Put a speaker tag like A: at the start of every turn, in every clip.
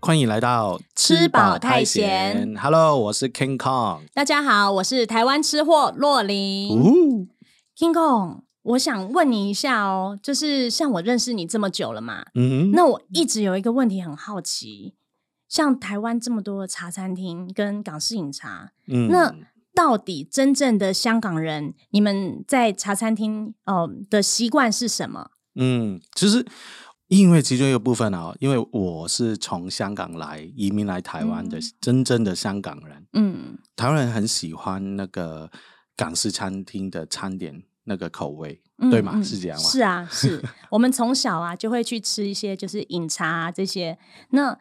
A: 欢迎来到
B: 吃饱太闲。
A: Hello，我是 King Kong。
B: 大家好，我是台湾吃货洛琳。
A: 呜
B: King Kong，我想问你一下哦，就是像我认识你这么久了嘛，
A: 嗯哼，
B: 那我一直有一个问题很好奇，像台湾这么多的茶餐厅跟港式饮茶，
A: 嗯
B: 那到底真正的香港人，你们在茶餐厅呃的习惯是什么？
A: 嗯，其实因为其中一个部分啊，因为我是从香港来移民来台湾的、
B: 嗯
A: 真正的香港人，
B: 嗯
A: 台湾人很喜欢那个港式餐厅的餐点那个口味，
B: 嗯
A: 对吗？
B: 嗯
A: 是这样吗？
B: 是啊， 是我们从小啊就会去吃一些就是饮茶、啊、这些。那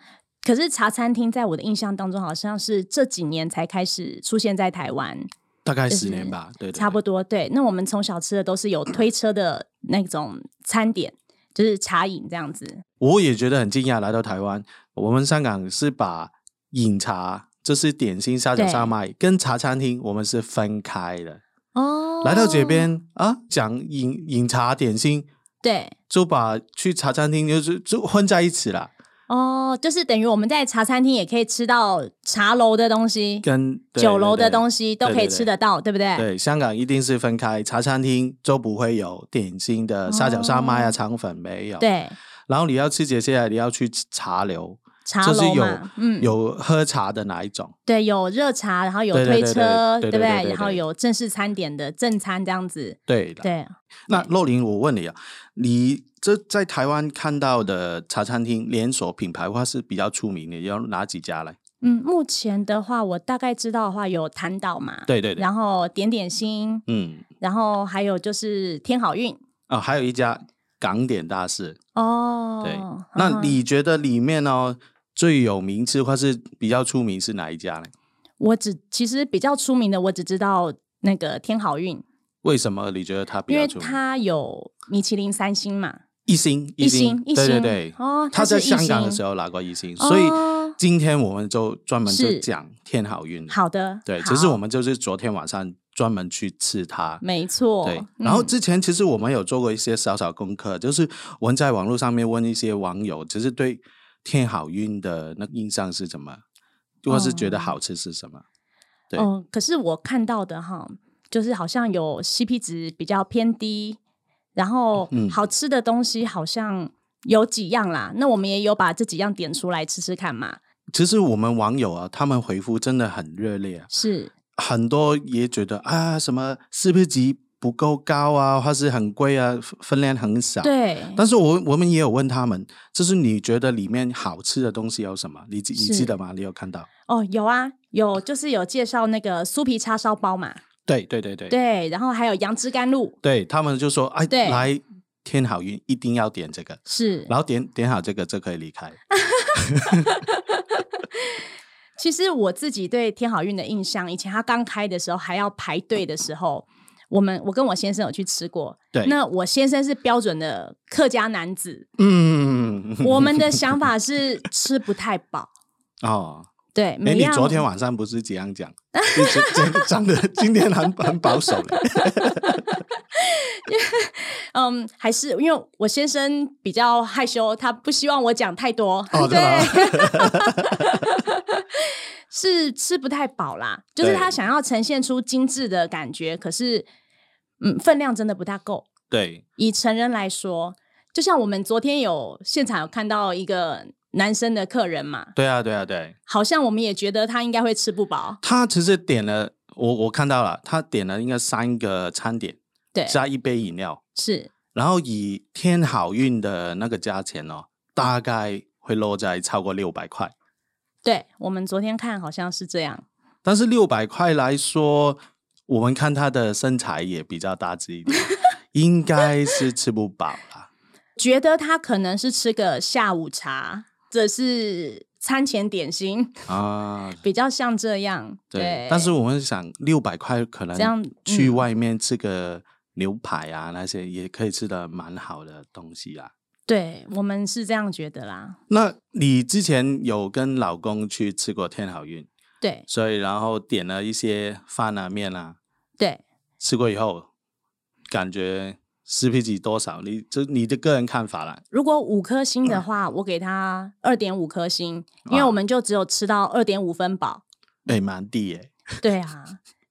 B: 可是茶餐厅在我的印象当中，好像是这几年才开始出现在台湾，
A: 大概
B: 就是
A: 十年吧，对对对，
B: 差不多。对，那我们从小吃的都是有推车的那种餐点，就是茶饮这样子。
A: 我也觉得很惊讶，来到台湾，我们香港是把饮茶，这是点心、沙茶、
B: 对
A: 烧麦，跟茶餐厅我们是分开的。
B: 哦
A: 来到这，边啊，讲饮饮茶、点心，
B: 对，
A: 就把去茶餐厅就是就混在一起了，
B: 哦，就是等于我们在茶餐厅也可以吃到茶楼的东西、
A: 跟
B: 酒楼的东
A: 西。
B: 西都
A: 对
B: 可以
A: 对
B: 吃得到，对不对？
A: 对，香港一定是分开，茶餐厅就不会有点心的沙角沙麦啊、
B: 哦
A: 肠粉没有。，
B: 对，
A: 然后你要吃这些，你要去茶楼，
B: 茶
A: 就是
B: 楼
A: 有
B: 嘛，嗯，
A: 有喝茶的哪一种？
B: 对，有热茶，然后有
A: 对对
B: 推
A: 对
B: 车，
A: 对
B: 不
A: 对对对
B: 然后
A: 对
B: 有正式餐点的正餐这样子。
A: 对啦，
B: 对，
A: 那
B: 对
A: 洛琳，我问你啊，你这在台湾看到的茶餐厅连锁品牌的话是比较出名的，有哪几家嘞？
B: 嗯，目前的话，我大概知道的话有谭岛嘛，
A: 对对对，
B: 然后点点心，
A: 嗯
B: 然后还有就是天好运。
A: 啊、还有一家港点大师。
B: 哦，
A: 对
B: 嗯
A: 那
B: 哼
A: 你觉得里面哦最有名次或是比较出名是哪一家嘞？
B: 我只其实比较出名的，我只知道那个天好运，
A: 为什么你觉得它比
B: 因
A: 较
B: 为
A: 出名？
B: 它有米其林三星嘛，
A: 一星
B: 一
A: 星
B: 星，一
A: 对对
B: 星
A: 对，
B: 哦，
A: 他在
B: 是一
A: 香港的
B: 星
A: 时候拿过一星，所以
B: 哦
A: 今天我们就专门就是讲天好运。
B: 好的，
A: 对，其实
B: 好
A: 我们就是昨天晚上专门去吃它。
B: 没错，
A: 对，然后
B: 嗯
A: 之前其实我们有做过一些小小功课，就是我们在网络上面问一些网友，其实对天好运的那个印象是什么，或是觉得好吃是什么？对
B: 哦，可是我看到的哈，就是好像有 CP 值比较偏低，然后
A: 嗯
B: 好吃的东西好像有几样啦。那我们也有把这几样点出来吃吃看嘛。
A: 其实我们网友啊，他们回复真的很热烈啊，
B: 是，
A: 很多也觉得啊，什么是不是级不够高啊，或是很贵啊，分分量很少。
B: 对，
A: 但是我我们也有问他们，就是你觉得里面好吃的东西有什么？你记你
B: 是
A: 记得吗？你有看到？
B: 哦，有啊，有就是有介绍那个酥皮叉烧包嘛，
A: 对对对对
B: 对，然后还有杨枝甘露，
A: 对他们就说：“哎，
B: 对
A: 来天好运，一定要点这个。”
B: 是。
A: 然后点点好这个就可以离开。
B: 其实我自己对天好运的印象，以前它刚开的时候还要排队的时候，我们我跟我先生有去吃过。
A: 对，
B: 那我先生是标准的客家男子，
A: 嗯，
B: 我们的想法是吃不太饱，
A: 哦，
B: 对，
A: 哎，
B: 每
A: 你
B: 样
A: 昨天晚上不是这样讲？你这这讲的今天很很保守嘞。
B: 嗯，还是因为我先生比较害羞，他不希望我讲太多，
A: 哦对
B: 对，是吃不太饱啦，就是
A: 对
B: 他想要呈现出精致的感觉，可是嗯，分量真的不大够。
A: 对，
B: 以成人来说，就像我们昨天有现场有看到一个男生的客人嘛，
A: 对啊，对啊，对。
B: 好像我们也觉得他应该会吃不饱，
A: 他其实点了，我我看到了，他点了应该三个餐点，
B: 对，
A: 加一杯饮料，
B: 是
A: 然后以天好运的那个价钱哦，大概会落在超过六百块。
B: 对，我们昨天看好像是这样。
A: 但是六百块来说，我们看他的身材也比较大只一 点，应该是吃不饱啦。
B: 觉得他可能是吃个下午茶，这是餐前点心，
A: 啊。
B: 比较像这样。
A: 对，
B: 对，
A: 但是我们想六百块可
B: 这样
A: 能
B: 嗯
A: 去外面吃个牛排啊，那些也可以吃的蛮好的东西啦。
B: 对我们是这样觉得啦。
A: 那你之前有跟老公去吃过天好运，
B: 对
A: 所以然后点了一些饭啊面啊，
B: 对，
A: 吃过以后感觉十 P 几多少，你这你的个人看法啦。
B: 如果五颗星的话，我给他二点五颗星，因为
A: 嗯哇
B: 我们就只有吃到二点五分饱。
A: 哎，蛮低耶，
B: 对啊，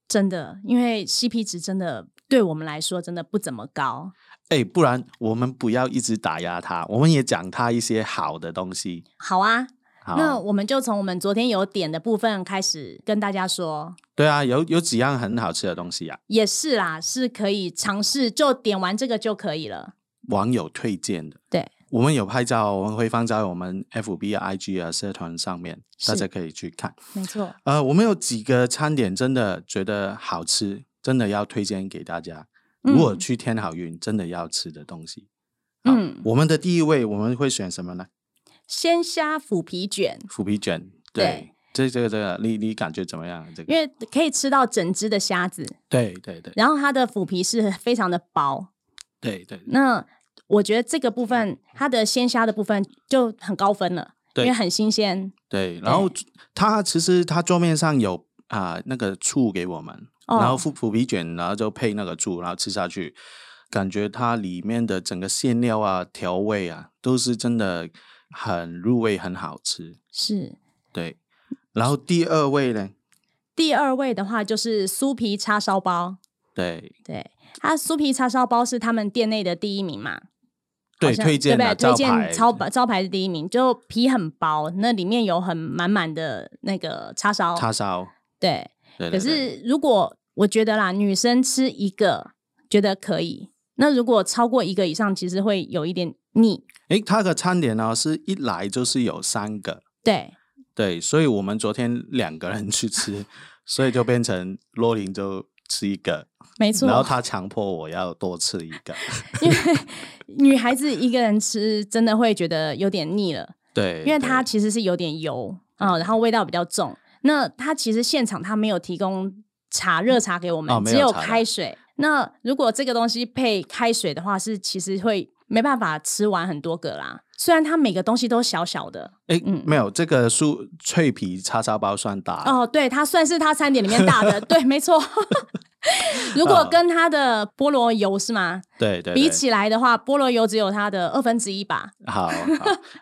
B: 真的，因为 CP 值真的对我们来说真的不怎么高。
A: 哎，不然我们不要一直打压他，我们也讲他一些好的东西。
B: 好啊，
A: 好，
B: 那我们就从我们昨天有点的部分开始跟大家说。
A: 对啊，有有几样很好吃的东西啊，
B: 也是啦，是可以尝试，就点完这个就可以了。
A: 网友推荐的。
B: 对，
A: 我们有拍照，我们会放在我们 FB 啊、IG 啊社团上面，
B: 是
A: 大家可以去看。
B: 没错，
A: 呃，我们有几个餐点真的觉得好吃，真的要推荐给大家。如果去天好运，真的要吃的东西。好
B: 嗯
A: 我们的第一位我们会选什么呢？
B: 鲜虾腐皮卷，
A: 腐皮卷。
B: 对
A: 对，这这个这个，你你感觉怎么样？啊这
B: 因
A: 个？
B: 为可以吃到整只的虾子，
A: 对对对
B: 然后它的腐皮是非常的薄。
A: 对对
B: 那我觉得这个部分，它的鲜虾的部分就很高分了，
A: 对
B: 因为很新鲜
A: 对。然后它其实它桌面上有啊、那个醋给我们，
B: 哦
A: 然后腐腐皮卷，然后就配那个醋，然后吃下去，感觉它里面的整个馅料啊、调味啊，都是真的很入味，很好吃。
B: 是。
A: 对，然后第二位呢，
B: 第二位的话就是酥皮叉烧包，
A: 对
B: 对，它酥皮叉烧包是他们店内的第一名嘛，好
A: 对，
B: 像
A: 推荐
B: 对不
A: 的
B: 对？推
A: 招
B: 荐
A: 牌，
B: 招牌招牌是第一名，就皮很薄，那里面有很满满的那个叉烧，
A: 叉烧，
B: 对。
A: 对，
B: 可
A: 对对
B: 是如果我觉得啦，女生吃一个觉得可以，那如果超过一个以上，其实会有一点腻，
A: 诶，它的餐点呢是一来就是有三个，
B: 对。
A: 对，所以我们昨天 两个人去吃，所以就变成罗琳就吃一个，
B: 没错
A: 然，后他强迫我要多吃一 个，
B: 因为女孩子一个人吃真的会觉得有点腻了，
A: 对，
B: 因为它
A: 对
B: 其实是有点油啊、然后味道比较重。那它其实现场它没有提供茶热茶给我们，
A: 哦没
B: 只
A: 有
B: 有
A: 茶的
B: 开水。那如果这个东西配开水的话，是其实会没办法吃完很多个啦。虽然它每个东西都小小的，
A: 诶，
B: 嗯
A: 没有这个酥脆皮叉烧包算大的，
B: 哦，对，它算是它餐点里面大 的，对，没错。如果跟它的菠萝油是吗？
A: 对对，
B: 比
A: 对
B: 起来的话，菠萝油只有它的二分之一吧。
A: 好好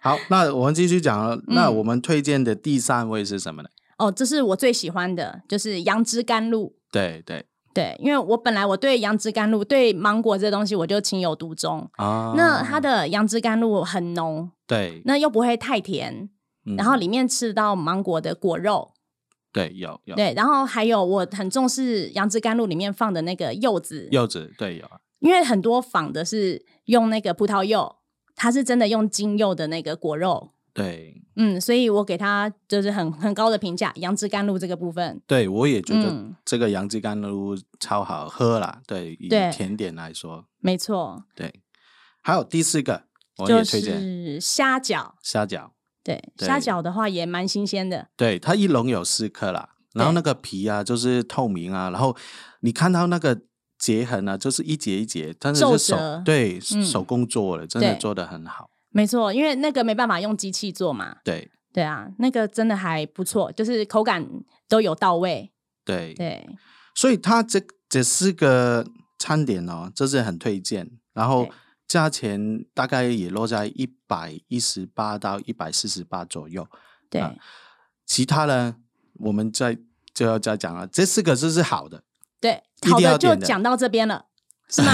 A: 好，那我们继续讲了，
B: 嗯
A: 那我们推荐的第三位是什么呢？
B: 哦，这是我最喜欢的，就是杨枝甘露。
A: 对对
B: 对，因为我本来我对杨枝甘露、对芒果这东西我就情有独钟。
A: 啊，
B: 那它的杨枝甘露很浓，
A: 对，
B: 那又不会太甜，
A: 嗯
B: 然后里面吃到芒果的果肉，
A: 对有有
B: 对，然后还有我很重视杨枝甘露里面放的那个柚子，
A: 柚子，对有啊
B: 因为很多仿的是用那个葡萄柚，它是真的用精柚的那个果肉，
A: 对
B: 嗯，所以我给它就是很很高的评价，杨枝甘露这个部分，
A: 对，我也觉得
B: 嗯
A: 这个杨枝甘露超好喝啦。对，以
B: 对
A: 甜点来说，
B: 没错，
A: 对。还有第四个，我
B: 就
A: 也推荐
B: 是虾饺，
A: 虾饺，
B: 对，
A: 对
B: 虾饺的话也蛮新鲜的。
A: 对，它一笼有四颗啦，然后
B: 对
A: 那个皮啊就是透明啊，然后你看到那个结痕啊，就是一节一节，但是是
B: 皱
A: 手
B: 褶
A: 对
B: 嗯
A: 手工做的，真的
B: 对
A: 做的很好。
B: 没错，因为那个没办法用机器做嘛。
A: 对
B: 对啊，那个真的还不错，就是口感都有到位。
A: 对，
B: 对，
A: 所以它这这四个餐点哦，这是很推荐，然后
B: 对
A: 价钱大概也落在一百一十八到一百四十八左右。
B: 对，
A: 啊其他呢，我们再就要再讲了，这四个就是好的，
B: 对，
A: 一
B: 好
A: 定要
B: 就
A: 点的
B: 讲到这边了，是吗？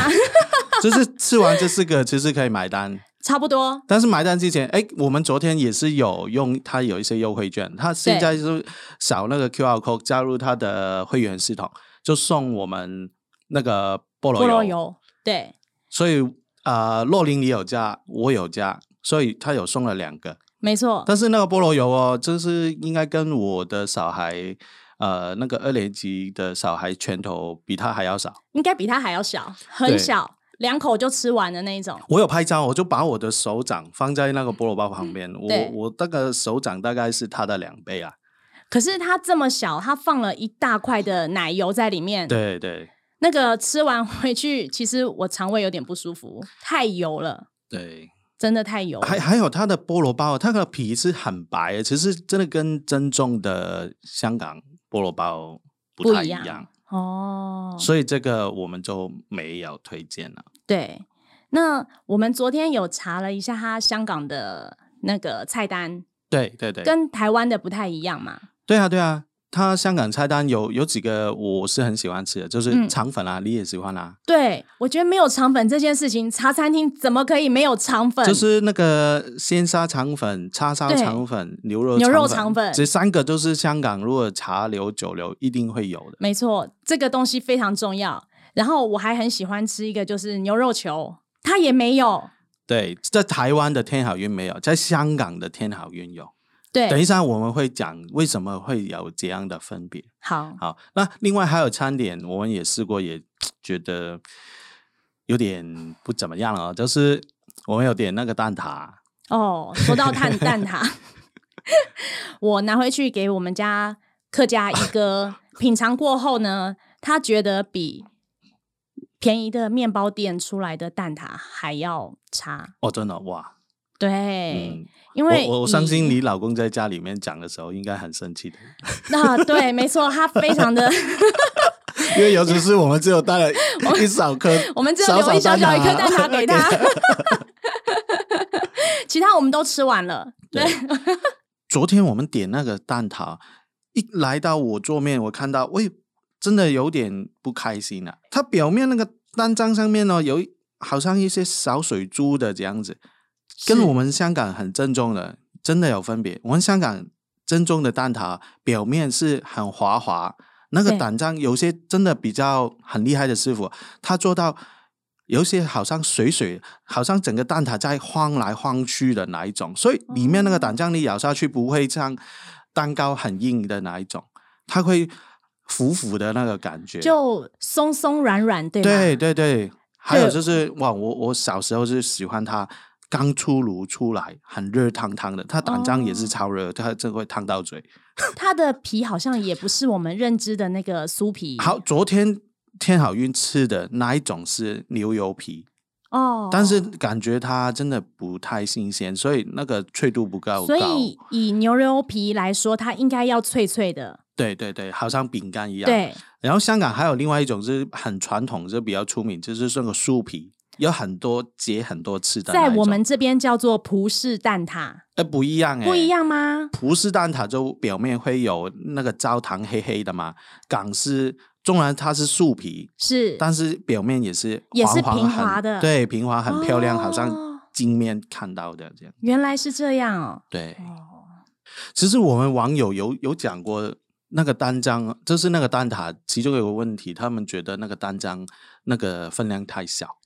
A: 就是吃完这四个其实可以买单。
B: 差不多。
A: 但是买单之前，哎，我们昨天也是有用它有一些优惠券，它现在就是扫那个 QR code 加入它的会员系统，就送我们那个菠萝
B: 菠萝
A: 油。
B: 油，对，
A: 所以呃，洛林也有加，我有加，所以他有送了两个。
B: 没错，
A: 但是那个菠萝油哦，就是应该跟我的小孩，呃，那个二年级的小孩拳头比他还要少。
B: 应该比它还要小，很
A: 对
B: 小，两口就吃完的那一种。
A: 我有拍照，我就把我的手掌放在那个菠萝包旁边，
B: 嗯对
A: 我我那个手掌大概是他的两倍啊。
B: 可是它这么小，它放了一大块的奶油在里面，
A: 对对
B: 那个吃完回去，其实我肠胃有点不舒服，太油了，
A: 对，
B: 真的太油了。
A: 还还有它的菠萝包，它的皮是很白的，其实真的跟真正的香港菠萝包不
B: 不
A: 太
B: 一
A: 一
B: 样哦，
A: 所以这个我们就没有推荐了。
B: 对，那我们昨天有查了一下它香港的那个菜单，
A: 对对对，
B: 跟台湾的不太一样嘛。
A: 对啊对啊。它香港菜单有有几个我是很喜欢吃的，就是
B: 嗯
A: 肠粉啊，你也喜欢啊，
B: 对，我觉得没有肠粉这件事情，茶餐厅怎么可以没有肠粉？
A: 就是那个鲜虾肠粉、叉烧
B: 对
A: 肠粉、牛肉
B: 牛肉
A: 肠
B: 肠粉
A: 这三个都是香港如果茶流酒流一定会有的。
B: 没错，这个东西非常重要。然后我还很喜欢吃一个就是牛肉球，它也没有。
A: 对，在台湾的天好运没有，在香港的天好运有。等一
B: 对，
A: 下我们会讲为什么会有这样的分别。
B: 好，
A: 好，那另外还有餐点，我们也试过，也觉得有点不怎么样了哦，就是我们有点那个蛋挞，
B: 哦，说到蛋蛋挞， 我拿回去给我们家客家一哥品尝过后呢，他觉得比便宜的面包店出来的蛋挞还要差。
A: 哦，真的哇，
B: 对，
A: 嗯，
B: 因为
A: 我我我相信
B: 你
A: 你老公在家里面讲的时候应该很生气的，
B: 啊，对，没错，他非 常的，
A: 因为尤其是 我们只有带了一小颗，，
B: 我们只有留一小小一颗蛋挞给他 其他我们都吃完了。对，
A: 昨天我们点那个蛋挞，一来到我桌面，我看到，喂，真的有点不开心了、啊它表面那个蛋浆上面呢，哦有一好像一些小水珠的这样子，跟
B: 是
A: 我们香港很正宗的真的有分别。我们香港正宗的蛋挞表面是很滑滑，那个
B: 对
A: 蛋浆有些真的比较很厉害的师傅，他做到。有一些好像水水，好像整个蛋挞在晃来晃去的那一种，所以里面那个蛋浆你咬下去不会像蛋糕很硬的那一种，它会浮浮的那个感觉。
B: 就松松软软，对吗？
A: 对对对，还有
B: 对
A: 就是哇，我我小时候是喜欢它刚出炉出来很热汤汤的，它蛋浆也是
B: 哦
A: 超热，它真会烫到嘴。
B: 嗯它的皮好像也不是我们认知的那个酥皮。
A: 好，昨天天好运吃的那一种是牛油皮，
B: 哦，
A: 但是感觉它真的不太新鲜，所以那个脆度不够高。
B: 哦所以以牛油皮来说，它应该要脆脆的。
A: 对对对，好像饼干一样。
B: 对，
A: 然后香港还有另外一种是很传统，是比较出名，就是那个酥皮，有很多节很多次的那一
B: 在
A: 种。
B: 我们这边叫做葡式蛋挞，
A: 呃不一样哎、
B: 不一。样吗？
A: 葡式蛋挞就表面会有那个焦糖黑黑的嘛，港式纵然它是酥皮，
B: 是，
A: 但是表面也是
B: 也是
A: 黄黄
B: 平
A: 很
B: 滑的
A: 对，平滑很漂亮，好
B: 哦
A: 像镜面看到的这样。
B: 原来是这样哦。
A: 对，
B: 哦，
A: 其实我们网友有有讲过那个单张，就是那个蛋挞，其中有个问题，他们觉得那个单张那个分量太小，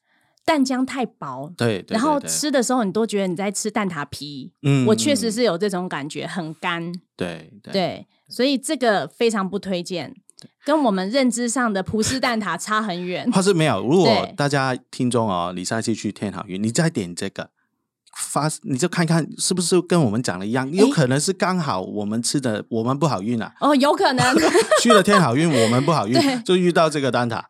B: 蛋浆太薄，
A: 对，对
B: 然后，
A: 对对
B: 吃的时候你都觉得你在吃蛋挞皮。
A: 嗯
B: 我确实
A: 嗯
B: 是有这种感觉，很干。
A: 对对
B: 对，所以这个非常不推荐，跟我们认知上的葡式 蛋挞差很远。
A: 或是没有。如果
B: 对
A: 大家听众哦，你下次去天好运，你再点这个发，你就看看是不是跟我们讲的一样，有可能是刚好我们吃的我们不好运啊，
B: 哦，有可能
A: 去了天好运我们不好
B: 对
A: 运，就遇到这个蛋挞。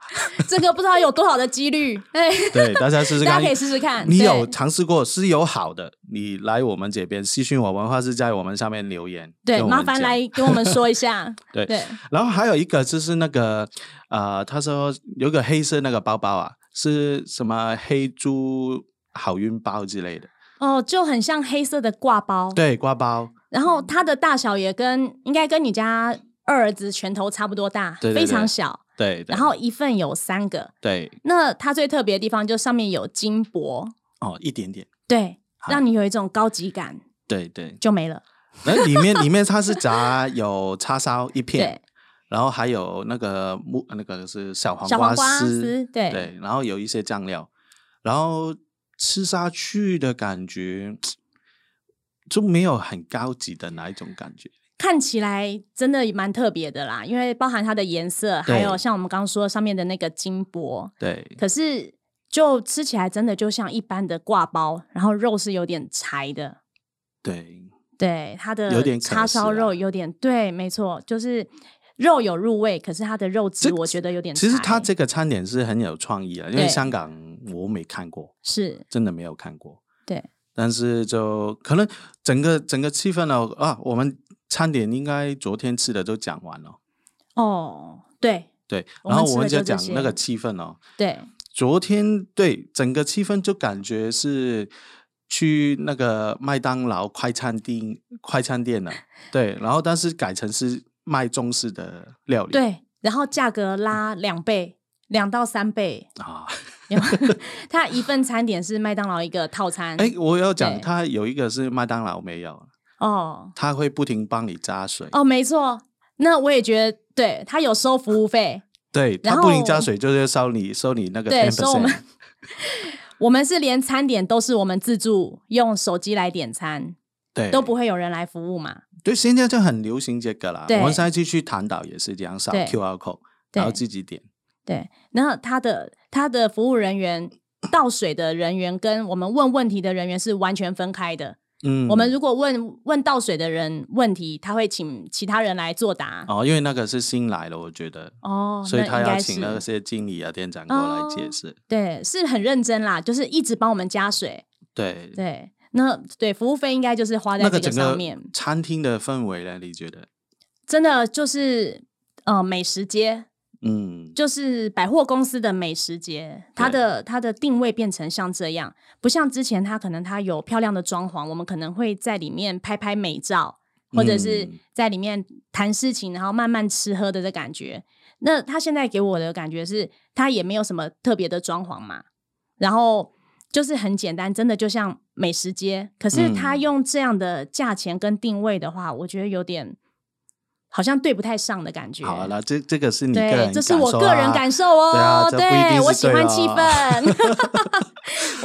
B: 这个不知道有多少的几率，哎，
A: 对，大家试试
B: 大家
A: 看
B: 可以。试试看。
A: 你
B: 对
A: 有尝试过是有好的，你来我们这边私讯我们，或是在我们下面留言。
B: 对，
A: 跟我们
B: 麻烦
A: 讲。
B: 来跟我们说一下
A: 对
B: 对，
A: 然后还有一个就是那个呃，他说有个黑色那个包包啊，是什么黑猪好运包之类的，
B: 哦，就很像黑色的挂包，
A: 对，挂包，
B: 然后它的大小也跟应该跟你家二儿子拳头差不多大，
A: 对对对
B: 非常小。
A: 对，对
B: 然后一份有三个，
A: 对
B: 那它最特别的地方就上面有金箔，
A: 哦，一点点，
B: 对，
A: 好
B: 让你有一种高级感，
A: 对对，
B: 就没了。
A: 然后里面里面它是炸有叉烧一片
B: 对，，
A: 然后还有那个木那个是小黄
B: 小黄瓜
A: 丝
B: 丝，对
A: 对，然后有一些酱料，然后吃下去的感觉就没有很高级的那一种感觉。
B: 看起来真的蛮特别的啦，因为包含它的颜色，
A: 对
B: 还有像我们刚刚说上面的那个金箔，
A: 对，
B: 可是就吃起来真的就像一般的挂包，然后肉是有点柴的，
A: 对，
B: 对，它的
A: 有点可惜
B: 叉烧
A: 啦
B: 肉有点对，没错，就是肉有入味，可是它的肉质我觉得有点柴。
A: 其实它这个餐点是很有创意啊，因为
B: 对
A: 香港我没看过，
B: 是
A: 真的没有看过。
B: 对，
A: 但是就可能整个整个气氛呢、啊，我们餐点应该昨天吃的都讲完了，
B: 哦，对
A: 对，
B: 我
A: 然后
B: 们吃
A: 我们
B: 的
A: 就
B: 就这
A: 讲那
B: 些
A: 个气氛哦。
B: 对，
A: 昨天对整个气氛就感觉是去那个麦当劳快餐店快餐店了，对，然后但是改成是卖中式的料理，
B: 对，然后价格拉两倍，两到三倍。
A: 啊，
B: 有它一份餐点是麦当劳一个套餐，
A: 哎，我要
B: 对
A: 讲它有一个是麦当劳没有，
B: 哦
A: 它会不停帮你加水，
B: 哦，没错，那我也觉得对，它有收服务费，
A: 对，
B: 然
A: 它不停
B: 后
A: 加水就是收你收你那个
B: 对
A: ten
B: 收我们
A: percent，
B: 我们是连餐点都是我们自助用手机来点餐，
A: 对，
B: 都不会有人来服务嘛，
A: 对，现在就很流行这个啦。
B: 对
A: 我们上一次去唐岛也是这样，扫
B: 对
A: QR code，
B: 对
A: 然后自己点。
B: 对，然后他的他的服务人员。倒水的人员跟我们问问题的人员是完全分开的。
A: 嗯，
B: 我们如果问问倒水的人问题，他会请其他人来作答。
A: 哦，因为那个是新来的，我觉得，
B: 哦，
A: 所以
B: 那
A: 他
B: 应该
A: 要请那
B: 是哦
A: 些经理啊、店长过来解释。
B: 对，是很认真啦，就是一直帮我们加水。
A: 对，
B: 对，那对服务费应该就是花在
A: 嗯那
B: 这
A: 整
B: 上
A: 个
B: 面，
A: 餐厅的氛围呢？你觉得？
B: 真的就是呃美食街，
A: 嗯，
B: 就是百货公司的美食街，它
A: 对
B: 的它的定位变成像这样，不像之前它可能它有漂亮的装潢，我们可能会在里面拍拍美照，或者是
A: 嗯
B: 在里面谈事情，然后慢慢吃喝的这感觉。那它现在给我的感觉是，它也没有什么特别的装潢嘛，然后就是很简单，真的就像美食街。可是它
A: 嗯
B: 用这样的价钱跟定位的话，我觉得有点好像对不太上的感觉。
A: 好啊了，这这个是你个人、
B: 对，这是我个人感受
A: 对啊
B: 哦。
A: 这不一定是
B: 我喜
A: 对
B: 欢
A: 哦
B: 气 氛，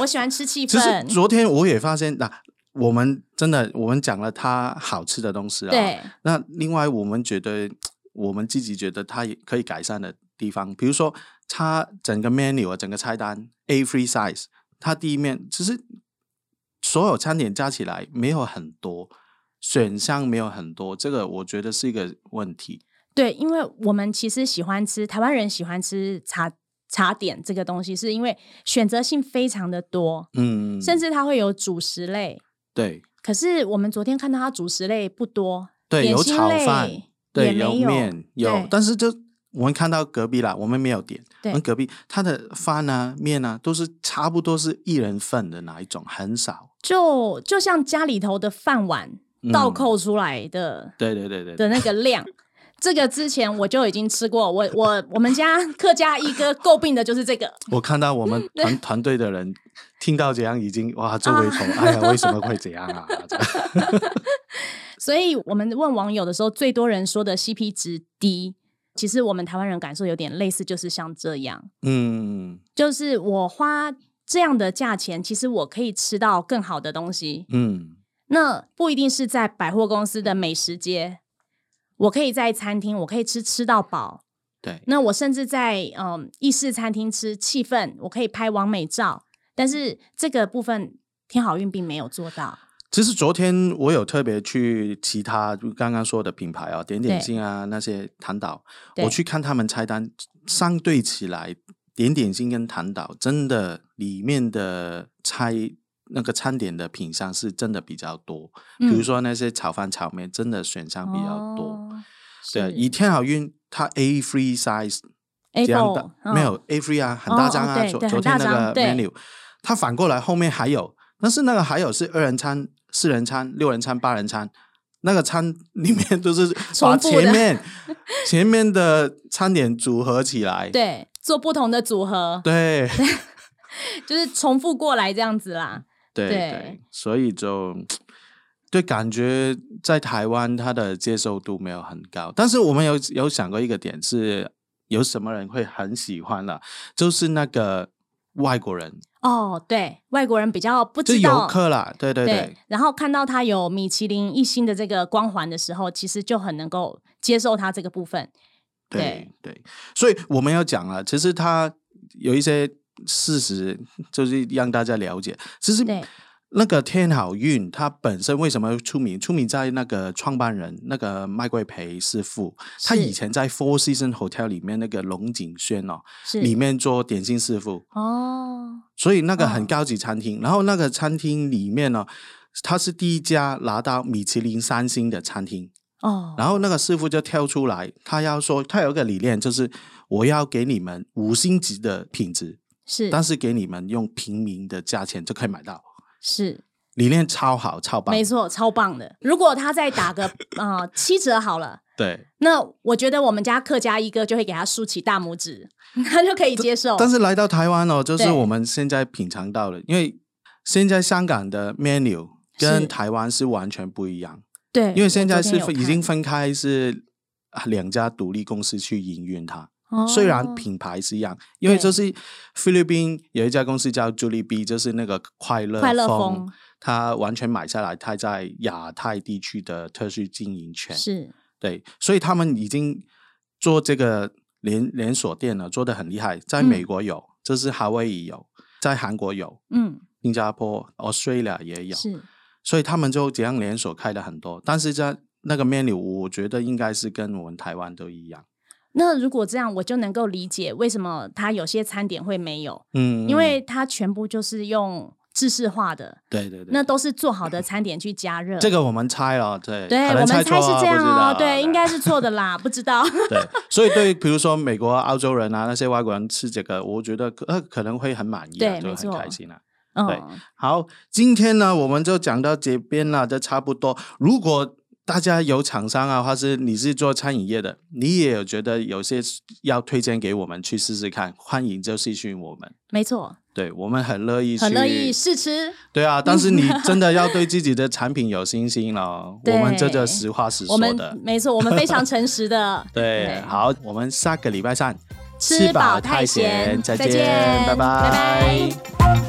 B: 我喜欢吃气
A: 其实
B: 氛。
A: 昨天我也发现，那、我们真的我们讲了它好吃的东西啊，
B: 对，
A: 那另外，我们觉得我们自己觉得它也可以改善的地方，比如说它整个 menu 啊，整个菜单 A three size，它第一面其实所有餐点加起来没有很多选项，没有很多，这个我觉得是一个问题。
B: 对，因为我们其实喜欢吃，台湾人喜欢吃茶茶点这个东西，是因为选择性非常的多，
A: 嗯，
B: 甚至它会有主食类。
A: 对
B: 可是我们昨天看到它主食类不多，
A: 对，
B: 点
A: 有
B: 心
A: 炒
B: 类
A: 饭，
B: 也
A: 对，
B: 没有
A: 面有
B: 对，
A: 但是就。我们看到隔壁啦，我们没有点。
B: 对
A: 我们隔壁它的饭啊、面啊，都是差不多是一人份的那一种，很少。
B: 就就像家里头的饭碗倒
A: 嗯
B: 扣出来的
A: 对对对对对
B: 的那个量。这个之前我就已经吃过，我我我们家客家一哥诟病的就是这个，
A: 我看到我 们团团队的人听到这样，已经哇皱眉
B: 啊
A: 头，哎呀，为什么会这样啊？这样
B: 所以我们问网友的时候，最多人说的 CP 值低，其实我们台湾人感受有点类似，就是像这样，
A: 嗯
B: 就是我花这样的价钱，其实我可以吃到更好的东西，
A: 嗯，
B: 那不一定是在百货公司的美食街，我可以在餐厅，我可以吃吃到饱，
A: 对，
B: 那我甚至在嗯意式餐厅吃气氛，我可以拍完美照，但是这个部分天好运并没有做到。
A: 其实昨天我有特别去其他就刚刚说的品牌啊，点点心啊那些糖岛，
B: 对
A: 我去看他们菜单，相对起来，点点心跟糖岛真的里面的菜那个餐点的品相是真的比较多，
B: 嗯
A: 比如说那些炒饭、炒面，真的选项比较多。
B: 哦
A: 对，
B: 是
A: 以天好运它 A free size 这样
B: Apple，
A: 大
B: 嗯
A: 没有 A free 啊，很大张
B: 哦哦
A: 啊，
B: 对
A: 昨
B: 对
A: 昨天
B: 很大
A: 那
B: 张
A: 个
B: 对
A: menu，它反过来后面还有，但是那个还有是二人餐、四人餐、六人餐、八人餐，那个餐 里面都是把
B: 重复的
A: 前面前面的餐点组合起来，
B: 对做不同的组合，
A: 对
B: 就是重复过来这样子啦。
A: 对
B: 对
A: 对，所以就对感觉在台湾它的接受度没有很高，但是我们有有想过一个点是，有什么人会很喜欢了，就是那个外国人，
B: 哦，对，外国人比较不
A: 就
B: 知道
A: 游客啦，对对
B: 对
A: 对
B: 然后看到他有米其林一星的这个光环的时候，其实就很能够接受他这个部分。
A: 对对，所以我们要讲啊，其实它有一些事实，就是让大家了解，其实
B: 对
A: 那个天好运，它本身为什么出名？出名在那个创办人那个麦贵培师傅，他
B: 是
A: 以前在 Four Season Hotel 里面那个龙井轩哦，
B: 是
A: 里面做点心师傅，
B: 哦，
A: 所以那个
B: 哦
A: 很高级餐厅。然后那个餐厅里面呢，它是第一家拿到米其林三星的餐厅。
B: 哦，
A: 然后那个师傅就跳出来，他要说，他有一个理念，就是我要给你们五星级的品质，
B: 是
A: 但是给你们用平民的价钱就可以买到，
B: 是
A: 理念超好超棒，
B: 没错，超棒的。如果他再打个 呃七折好了，
A: 对。
B: 那我觉得我们家客家一哥就会给他竖起大拇指， 他就可以接受。
A: 但是来到台湾哦，就是
B: 对
A: 我们现在品尝到了，因为现在香港的 menu
B: 是
A: 跟台湾是完全不一样，
B: 对，
A: 因为现在
B: 我昨
A: 是
B: 天有
A: 分已经分开是啊两家独立公司去营运它。
B: 看哦
A: 虽然品牌是一样，因为
B: 对
A: 就是菲律宾有一家公司叫 Jollibee，就是那个快乐
B: 快乐
A: 风
B: 风，
A: 它完全买下来，它在亚太地区的特许经营权。
B: 哦是
A: 对，所以他们已经做这个连连锁店了，做的很厉害。在
B: 嗯
A: 美国有，这是夏威夷有，在韩国有，
B: 嗯
A: 新加坡、Australia 也有，
B: 是
A: 所以他们就这样连锁开了很多。但是在那个 menu，我觉得应该是跟我们台湾都一样。
B: 那如果这样，我就能够理解为什么他有些餐点会没有，
A: 嗯，
B: 因为它全部就是用制式化的，
A: 对对对，
B: 那都是做好的餐点去加热。
A: 这个我们猜了，对，
B: 对
A: 可
B: 我
A: 能猜
B: 们猜
A: 错
B: 是
A: 啊
B: 这样哦，
A: 不知道
B: 对，应该是错的啦，不知道。
A: 对。所以对，比如说美国、澳洲人啊，那些外国人吃这个，我觉得可呃可能会很满意、啊，
B: 对
A: 就
B: 没
A: 很
B: 错
A: 开心啊。对
B: 嗯，
A: 好，今天呢，我们就讲到这边了，这差不多。如果大家有厂商啊，或是你是做餐饮业的，你也有觉得有些要推荐给我们去试试看，欢迎就私讯我们。
B: 没错，
A: 对我们很乐意去，
B: 很乐意试吃。
A: 对啊，但是 你真的要对自己的产品有信心了。我
B: 对
A: 们这就实话实
B: 我
A: 说
B: 们
A: 的。。
B: 没错，我们非常诚实的
A: 对，好，我们下个礼拜三
B: 吃饱太闲
A: 再
B: 再见
A: 拜
B: 拜拜